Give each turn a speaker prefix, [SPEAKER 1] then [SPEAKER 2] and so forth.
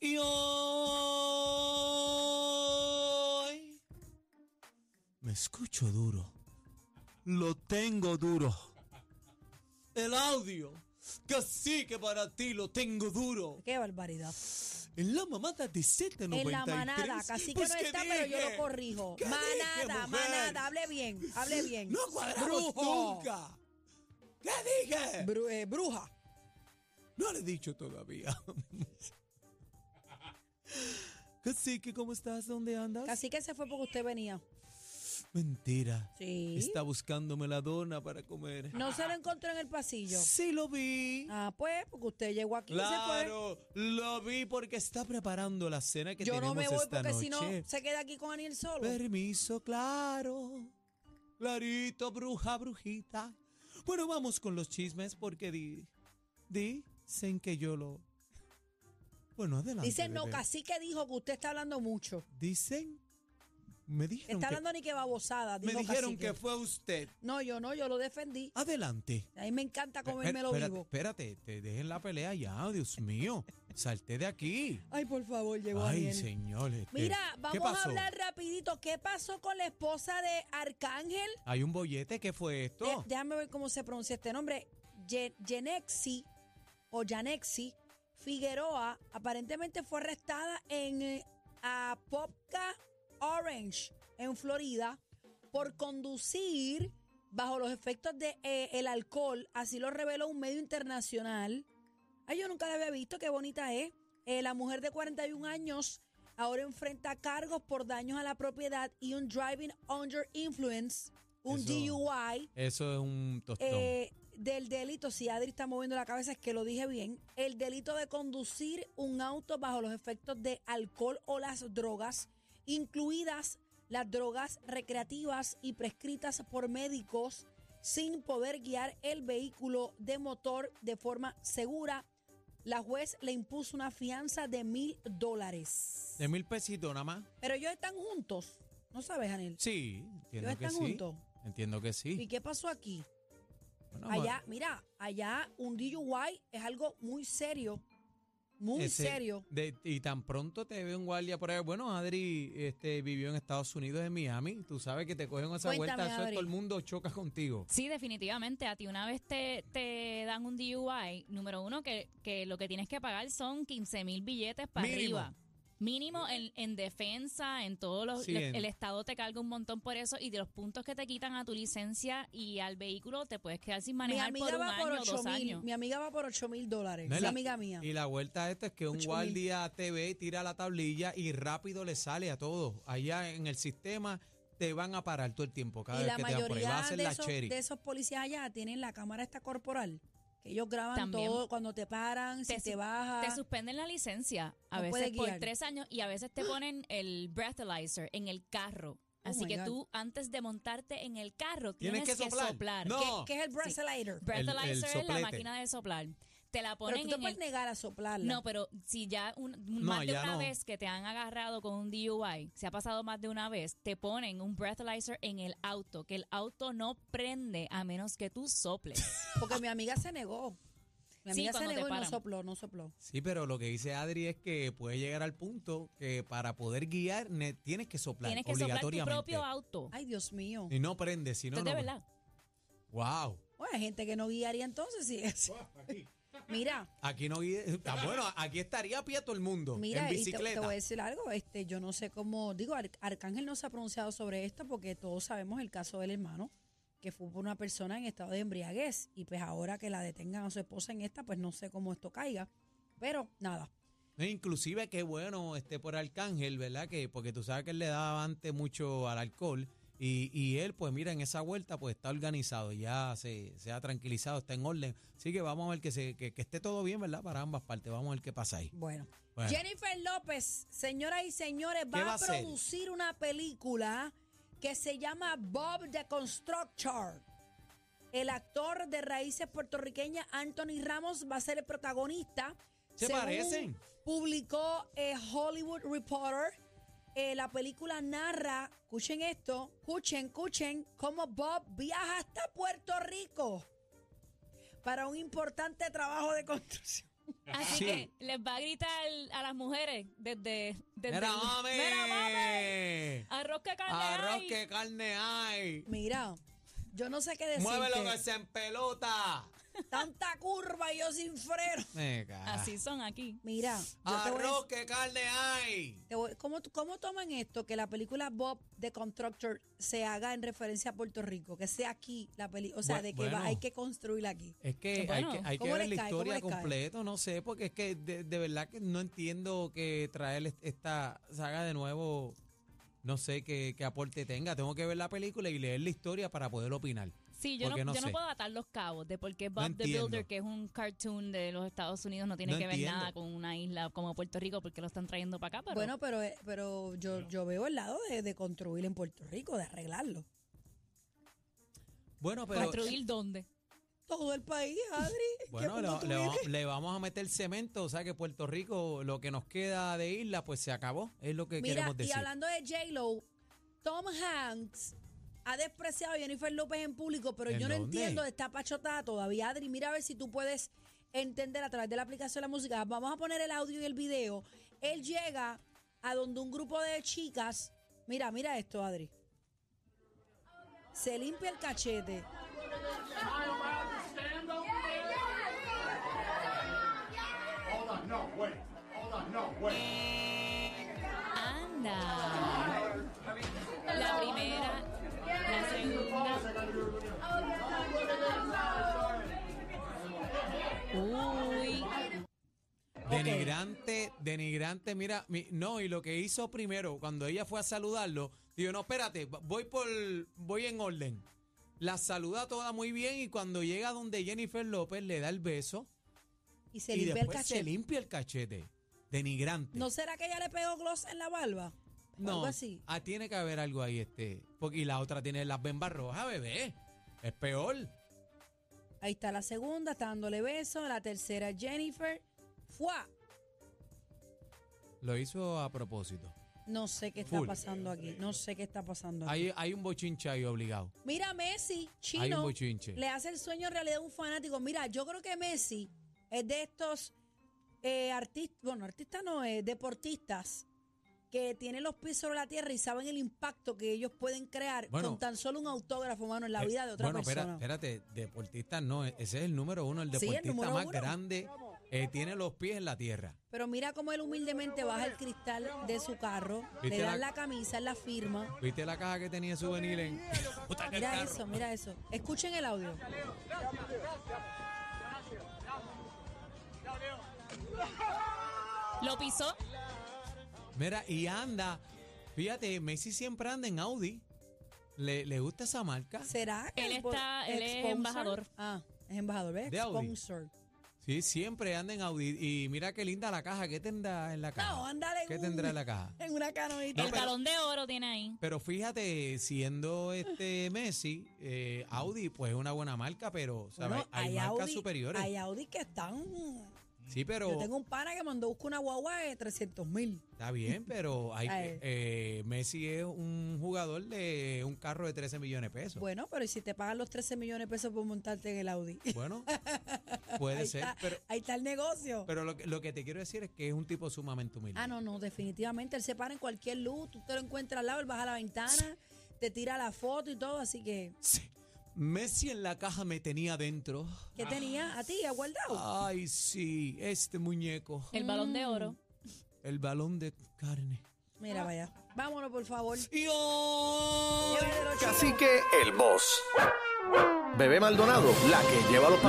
[SPEAKER 1] Y hoy me escucho duro. Lo tengo duro. El audio. Casi que para ti lo tengo duro.
[SPEAKER 2] Qué barbaridad.
[SPEAKER 1] En la mamada de Z93.
[SPEAKER 2] En la manada, casi que
[SPEAKER 1] Pues,
[SPEAKER 2] no
[SPEAKER 1] ¿qué
[SPEAKER 2] está, pero yo
[SPEAKER 1] dije?
[SPEAKER 2] lo corrijo.
[SPEAKER 1] ¿Qué
[SPEAKER 2] Manada,
[SPEAKER 1] dije, mujer?
[SPEAKER 2] manada, hable bien, hable bien.
[SPEAKER 1] No cuadramos
[SPEAKER 2] Brujo.
[SPEAKER 1] nunca. ¿Qué dije?
[SPEAKER 2] Bru- eh, bruja.
[SPEAKER 1] No le he dicho todavía. Casi que, ¿cómo estás? ¿Dónde andas?
[SPEAKER 2] Casi que se fue porque usted venía.
[SPEAKER 1] Mentira.
[SPEAKER 2] Sí.
[SPEAKER 1] Está buscándome la dona para comer.
[SPEAKER 2] No se lo encontró en el pasillo.
[SPEAKER 1] Sí lo vi.
[SPEAKER 2] Ah, pues, porque usted llegó aquí y se fue.
[SPEAKER 1] Claro, lo vi porque está preparando la cena que
[SPEAKER 2] Yo no
[SPEAKER 1] tenemos
[SPEAKER 2] me voy
[SPEAKER 1] esta
[SPEAKER 2] porque si no
[SPEAKER 1] noche.
[SPEAKER 2] se queda aquí con Aniel solo.
[SPEAKER 1] Permiso, claro. Clarito, bruja, brujita. Bueno, vamos con los chismes porque di, dicen que yo lo. Bueno, adelante.
[SPEAKER 2] Dicen, no,
[SPEAKER 1] bebé.
[SPEAKER 2] casi que dijo que usted está hablando mucho.
[SPEAKER 1] Dicen. Me dijeron
[SPEAKER 2] Está
[SPEAKER 1] que-
[SPEAKER 2] hablando ni que babosada.
[SPEAKER 1] me
[SPEAKER 2] dijo
[SPEAKER 1] dijeron
[SPEAKER 2] cacique.
[SPEAKER 1] que fue usted.
[SPEAKER 2] No, yo no, yo lo defendí.
[SPEAKER 1] Adelante.
[SPEAKER 2] A mí me encanta comérmelo
[SPEAKER 1] espérate,
[SPEAKER 2] vivo.
[SPEAKER 1] espérate, te dejen la pelea ya, Dios mío. Salte de aquí.
[SPEAKER 2] Ay, por favor, llegó
[SPEAKER 1] Ay,
[SPEAKER 2] Aniel.
[SPEAKER 1] señor. este,
[SPEAKER 2] Mira,
[SPEAKER 1] ¿qué
[SPEAKER 2] vamos a
[SPEAKER 1] pasó?
[SPEAKER 2] hablar rapidito. ¿Qué pasó con la esposa de Arcángel?
[SPEAKER 1] Hay un bollete, ¿qué fue esto?
[SPEAKER 2] De- déjame ver cómo se pronuncia este nombre. Ye- Yenexi o Yanexi Figueroa aparentemente fue arrestada en eh, Apopka Orange, en Florida, por conducir bajo los efectos del de, eh, el alcohol. Así lo reveló un medio internacional. Ay, yo nunca la había visto, qué bonita es. Eh, la mujer de 41 años ahora enfrenta cargos por daños a la propiedad y un driving under influence, un
[SPEAKER 1] Eso-
[SPEAKER 2] DUI.
[SPEAKER 1] Eso es un tostón.
[SPEAKER 2] Eh, del delito, si Adri está moviendo la cabeza, es que lo dije bien. El delito de conducir un auto bajo los efectos de alcohol o las drogas, incluidas las drogas recreativas y prescritas por médicos, sin poder guiar el vehículo de motor de forma segura. La juez le impuso una fianza de mil dólares.
[SPEAKER 1] de mil pesitos nada más.
[SPEAKER 2] Pero ellos están juntos. ¿No sabes, Anel?
[SPEAKER 1] Sí,
[SPEAKER 2] Ellos
[SPEAKER 1] entiendo que
[SPEAKER 2] están
[SPEAKER 1] sí.
[SPEAKER 2] juntos.
[SPEAKER 1] Entiendo que
[SPEAKER 2] ¿Y
[SPEAKER 1] sí.
[SPEAKER 2] qué pasó aquí?
[SPEAKER 1] Bueno,
[SPEAKER 2] Allá, mira, allá un DUI es algo muy serio, muy
[SPEAKER 1] ese-
[SPEAKER 2] serio.
[SPEAKER 1] de- y tan pronto te ve un guardia por ahí. Bueno, Adri este, vivió en Estados Unidos, en Miami. Tú sabes que te cogen esa vuelta,
[SPEAKER 2] Cuéntame,
[SPEAKER 1] eso es
[SPEAKER 2] Adri.
[SPEAKER 1] todo el mundo choca contigo.
[SPEAKER 3] Sí, definitivamente. A ti una vez te, te dan un DUI, número uno, que, que lo que tienes que pagar son 15 mil billetes para
[SPEAKER 1] Mínimo.
[SPEAKER 3] arriba. Mínimo en, en defensa, en todos los...
[SPEAKER 1] Sí,
[SPEAKER 3] los-
[SPEAKER 1] en-
[SPEAKER 3] el Estado te carga un montón por eso y de los puntos que te quitan a tu licencia y al vehículo te puedes quedar sin
[SPEAKER 2] Mi
[SPEAKER 3] manejar por
[SPEAKER 2] amiga
[SPEAKER 3] un
[SPEAKER 2] va por
[SPEAKER 3] año,
[SPEAKER 2] 8
[SPEAKER 3] dos
[SPEAKER 2] mil,
[SPEAKER 3] años.
[SPEAKER 2] mi amiga va por 8 mil dólares,
[SPEAKER 1] No, y
[SPEAKER 2] una
[SPEAKER 1] la-
[SPEAKER 2] amiga mía.
[SPEAKER 1] Y la vuelta esta es que un
[SPEAKER 2] Ocho mil.
[SPEAKER 1] guardia te ve, tira la tablilla y rápido le sale a todos. Allá en el sistema te van a parar todo el tiempo. Cada
[SPEAKER 2] Y
[SPEAKER 1] vez
[SPEAKER 2] la
[SPEAKER 1] que te van por ahí. Va a
[SPEAKER 2] mayoría
[SPEAKER 1] hacer
[SPEAKER 2] de
[SPEAKER 1] la
[SPEAKER 2] esos,
[SPEAKER 1] cherry.
[SPEAKER 2] de esos policías allá tienen la cámara esta corporal, que ellos graban
[SPEAKER 3] También.
[SPEAKER 2] todo cuando te paran, si
[SPEAKER 3] Te
[SPEAKER 2] te
[SPEAKER 3] su-
[SPEAKER 2] baja.
[SPEAKER 3] Te suspenden la licencia a
[SPEAKER 2] No
[SPEAKER 3] veces
[SPEAKER 2] puedes
[SPEAKER 3] por
[SPEAKER 2] guiar.
[SPEAKER 3] tres años y a veces te ponen el breathalyzer en el carro.
[SPEAKER 2] Oh
[SPEAKER 3] Así
[SPEAKER 2] my
[SPEAKER 3] que
[SPEAKER 2] God.
[SPEAKER 3] tú, antes de montarte en el carro,
[SPEAKER 1] Tienes
[SPEAKER 3] tienes,
[SPEAKER 1] que soplar. No.
[SPEAKER 3] ¿Qué-
[SPEAKER 2] ¿Qué es el
[SPEAKER 1] El-
[SPEAKER 2] breathalyzer?
[SPEAKER 1] el
[SPEAKER 3] Breathalyzer es la
[SPEAKER 1] soplete.
[SPEAKER 3] máquina de soplar. Te la
[SPEAKER 2] Pero
[SPEAKER 3] ponen
[SPEAKER 2] tú te
[SPEAKER 3] en el...
[SPEAKER 2] puedes negar a soplarla.
[SPEAKER 3] No, pues, pero si ya un- más de
[SPEAKER 1] ya
[SPEAKER 3] una
[SPEAKER 1] no.
[SPEAKER 3] vez que te han agarrado con un DUI, se ha pasado más de una vez, te ponen un breathalyzer en el auto, que el auto no prende a menos que tú soples.
[SPEAKER 2] Porque mi amiga se negó. Mi
[SPEAKER 3] Sí,
[SPEAKER 2] amiga se
[SPEAKER 3] cuando te
[SPEAKER 2] negó y no
[SPEAKER 3] paran.
[SPEAKER 2] sopló, no sopló.
[SPEAKER 1] Sí, pero lo que dice Adri es que puede llegar al punto que para poder guiar ne- tienes que soplar
[SPEAKER 3] Tienes que soplar tu
[SPEAKER 1] obligatoriamente.
[SPEAKER 3] propio auto.
[SPEAKER 2] Ay, Dios mío.
[SPEAKER 1] y no prende, si no.
[SPEAKER 3] Esto es de
[SPEAKER 1] no-
[SPEAKER 3] verdad.
[SPEAKER 1] Wow.
[SPEAKER 2] Bueno, hay gente que no guiaría entonces. sí, sí. Mira,
[SPEAKER 1] Aquí no guía- ah, Bueno, aquí estaría a pie todo el mundo. en
[SPEAKER 2] Mira, y te, te
[SPEAKER 1] bicicleta.
[SPEAKER 2] voy a decir algo, este, yo no sé cómo, digo, Ar- Arcángel no se ha pronunciado sobre esto porque todos sabemos el caso del hermano, que fue por una persona en estado de embriaguez y pues ahora que la detengan a su esposa en esta, pues no sé cómo esto caiga. Pero nada,
[SPEAKER 1] No, Inclusive qué bueno este por Arcángel, ¿verdad? Que porque tú sabes que él le daba antes mucho al alcohol y, y él pues mira en esa vuelta pues está organizado, ya se, se ha tranquilizado, está en orden. Así que vamos a ver que, se, que, que esté todo bien, ¿verdad? Para ambas partes, vamos a ver qué pasa ahí.
[SPEAKER 2] bueno.
[SPEAKER 1] Bueno.
[SPEAKER 2] Jennifer López, señoras y señores,
[SPEAKER 1] ¿Qué
[SPEAKER 2] va,
[SPEAKER 1] va
[SPEAKER 2] a
[SPEAKER 1] a ser?
[SPEAKER 2] producir una película que se llama Bob the Constructor. El actor de raíces puertorriqueñas Anthony Ramos va a ser el protagonista.
[SPEAKER 1] ¿Se
[SPEAKER 2] Según
[SPEAKER 1] parecen?
[SPEAKER 2] Publicó eh, Hollywood Reporter. eh, la película narra, escuchen esto, escuchen, escuchen, cómo Bob viaja hasta Puerto Rico para un importante trabajo de construcción.
[SPEAKER 3] Así
[SPEAKER 1] Sí.
[SPEAKER 3] que les va a gritar a las mujeres desde. desde
[SPEAKER 1] ¡Mira,
[SPEAKER 3] el-
[SPEAKER 1] mami!
[SPEAKER 3] ¡Mira, mami! Arroz que carne
[SPEAKER 1] ¡Arroz
[SPEAKER 3] hay.
[SPEAKER 1] que carne hay!
[SPEAKER 2] Mira, yo no sé qué decir.
[SPEAKER 1] ¡Muévelo que se empelota!
[SPEAKER 2] Tanta curva y yo sin freno.
[SPEAKER 1] Me cago.
[SPEAKER 3] Así son aquí.
[SPEAKER 2] Mira, yo te voy a-
[SPEAKER 1] ¡Arroz que carne hay!
[SPEAKER 2] te voy- ¿cómo, ¿cómo toman esto que la película Bob de Constructor se haga en referencia a Puerto Rico? Que sea aquí la película, o sea,
[SPEAKER 1] Bu-
[SPEAKER 2] de que va-
[SPEAKER 1] bueno.
[SPEAKER 2] hay que construirla aquí.
[SPEAKER 1] Es que
[SPEAKER 3] Bueno,
[SPEAKER 1] hay que, hay que
[SPEAKER 2] Eh, ¿cómo
[SPEAKER 1] ver
[SPEAKER 2] les
[SPEAKER 1] la
[SPEAKER 2] cae? ¿Cómo
[SPEAKER 1] historia
[SPEAKER 2] les cae?
[SPEAKER 1] completo, no sé, porque es que de, de verdad que no entiendo que traer est- esta saga de nuevo, no sé qué, qué aporte tenga. Tengo que ver la película y leer la historia para poder opinar.
[SPEAKER 3] Sí, yo, no,
[SPEAKER 1] Porque no
[SPEAKER 3] yo no
[SPEAKER 1] sé.
[SPEAKER 3] puedo atar los cabos de por qué Bob the
[SPEAKER 1] entiendo.
[SPEAKER 3] Builder, que es un cartoon de los Estados Unidos, no tiene
[SPEAKER 1] No
[SPEAKER 3] que ver
[SPEAKER 1] entiendo.
[SPEAKER 3] nada con una isla como Puerto Rico, porque lo están trayendo para acá. Pero
[SPEAKER 2] bueno, pero, eh, pero yo, yo veo el lado de, de construir en Puerto Rico, de arreglarlo.
[SPEAKER 1] Bueno, pero eh,
[SPEAKER 3] ¿construir dónde?
[SPEAKER 2] Todo el país, Adri. ¿en qué
[SPEAKER 1] bueno, le,
[SPEAKER 2] mundo tú
[SPEAKER 1] le va-
[SPEAKER 2] vives?
[SPEAKER 1] le vamos a meter cemento, o sea que Puerto Rico, lo que nos queda de isla, pues se acabó, es lo que
[SPEAKER 2] Mira,
[SPEAKER 1] queremos
[SPEAKER 2] y
[SPEAKER 1] decir.
[SPEAKER 2] hablando de J-Lo, Tom Hanks ha despreciado a Jennifer López en público, pero
[SPEAKER 1] ¿En
[SPEAKER 2] yo no
[SPEAKER 1] dónde?
[SPEAKER 2] entiendo, está pachotada todavía. Adri, mira a ver si tú puedes entender a través de la aplicación de la música. Vamos a poner el audio y el video. Él llega a donde un grupo de chicas. Mira, mira esto, Adri. Se limpia el cachete.
[SPEAKER 4] Hold on, no, wait. Hold on, no, wait.
[SPEAKER 3] Anda. La primera, la segunda. Uy.
[SPEAKER 1] Denigrante, denigrante, mira, mi- no, y lo que hizo primero, cuando ella fue a saludarlo, dijo, no, espérate, va- voy por, voy en orden. La saluda toda muy bien y cuando llega donde Jennifer López le da el beso
[SPEAKER 2] Y se
[SPEAKER 1] y
[SPEAKER 2] limpia el
[SPEAKER 1] después se
[SPEAKER 2] cachete.
[SPEAKER 1] limpia el cachete. Denigrante.
[SPEAKER 2] ¿No será que ella le pegó gloss en la barba? O
[SPEAKER 1] No,
[SPEAKER 2] Algo así.
[SPEAKER 1] ah, tiene que haber algo ahí, este. Porque y la otra tiene las bembas rojas, bebé. Es peor.
[SPEAKER 2] Ahí está la segunda, está dándole beso. La tercera, es Jennifer. ¡Fua!
[SPEAKER 1] Lo hizo a propósito.
[SPEAKER 2] No sé qué está
[SPEAKER 1] Full.
[SPEAKER 2] pasando aquí. No sé qué está pasando aquí.
[SPEAKER 1] Hay, hay un bochinche ahí obligado.
[SPEAKER 2] Mira, Messi,
[SPEAKER 1] Hay un
[SPEAKER 2] chino,
[SPEAKER 1] bochinche.
[SPEAKER 2] le hace el sueño en realidad a un fanático. Mira, yo creo que Messi es de estos artistas, bueno, artistas no, eh, deportistas que tienen los pies sobre la tierra y saben el impacto que ellos pueden crear
[SPEAKER 1] Bueno.
[SPEAKER 2] con tan solo un autógrafo, mano, en la
[SPEAKER 1] Eh,
[SPEAKER 2] vida de otra
[SPEAKER 1] bueno, espera-
[SPEAKER 2] persona.
[SPEAKER 1] espérate, deportista no, e- ese es el número uno, el
[SPEAKER 2] Sí, el
[SPEAKER 1] deportista
[SPEAKER 2] número
[SPEAKER 1] más
[SPEAKER 2] uno.
[SPEAKER 1] grande eh, tiene los pies en la tierra.
[SPEAKER 2] Pero mira cómo él humildemente baja el cristal de su carro, le
[SPEAKER 1] ¿Viste
[SPEAKER 2] dan
[SPEAKER 1] la-
[SPEAKER 2] la camisa, él la firma.
[SPEAKER 1] ¿Viste la caja que tenía souvenir en? Puta que
[SPEAKER 2] Mira
[SPEAKER 1] carro.
[SPEAKER 2] eso, mira eso. Escuchen el audio.
[SPEAKER 3] Lo pisó.
[SPEAKER 1] Mira, y anda, fíjate, Messi siempre anda en Audi. ¿Le, le gusta esa marca?
[SPEAKER 2] ¿Será que
[SPEAKER 3] Él
[SPEAKER 2] el bo-
[SPEAKER 3] está- él es
[SPEAKER 2] ex-sponsor?
[SPEAKER 3] embajador.
[SPEAKER 2] Ah, es embajador, ¿ves?
[SPEAKER 1] De Audi.
[SPEAKER 2] Sponsor.
[SPEAKER 1] Sí, siempre anda en Audi. Y mira qué linda la caja, ¿qué tendrá en la caja?
[SPEAKER 2] No, ándale. en
[SPEAKER 1] ¿Qué
[SPEAKER 2] un-
[SPEAKER 1] tendrá en la caja?
[SPEAKER 2] En una canoita.
[SPEAKER 3] el balón de oro tiene ahí.
[SPEAKER 1] Pero fíjate, siendo este Messi, eh, Audi pues es una buena marca, pero ¿sabes?
[SPEAKER 2] Bueno,
[SPEAKER 1] hay, marcas
[SPEAKER 2] Audi-
[SPEAKER 1] superiores.
[SPEAKER 2] Hay Audi que están.
[SPEAKER 1] sí, pero
[SPEAKER 2] Yo tengo un pana que mandó buscar una guagua de 300 mil.
[SPEAKER 1] Está bien, pero hay que-
[SPEAKER 2] Ay.
[SPEAKER 1] eh, Messi es un jugador de un carro de 13 millones de pesos.
[SPEAKER 2] Bueno, pero ¿y si te pagan los 13 millones de pesos por montarte en el Audi.
[SPEAKER 1] Bueno, puede
[SPEAKER 2] Ahí
[SPEAKER 1] ser,
[SPEAKER 2] está,
[SPEAKER 1] pero,
[SPEAKER 2] ahí está el negocio.
[SPEAKER 1] pero lo, que, lo que te quiero decir es que es un tipo sumamente humilde.
[SPEAKER 2] ah, no, no, definitivamente. Él se para en cualquier luz, tú te lo encuentras al lado, él baja la ventana, te tira la foto y todo. Así que,
[SPEAKER 1] Sí. Messi en la caja me tenía dentro.
[SPEAKER 2] ¿qué tenía a ti, ha guardado?
[SPEAKER 1] Ay, sí, este muñeco,
[SPEAKER 3] El balón de oro.
[SPEAKER 1] el balón de carne.
[SPEAKER 2] Mira, vaya. Vámonos, por favor.
[SPEAKER 1] ¡Dios!
[SPEAKER 2] Llévatelo, chico.
[SPEAKER 5] Cacique el boss. Bebé Maldonado, la que lleva los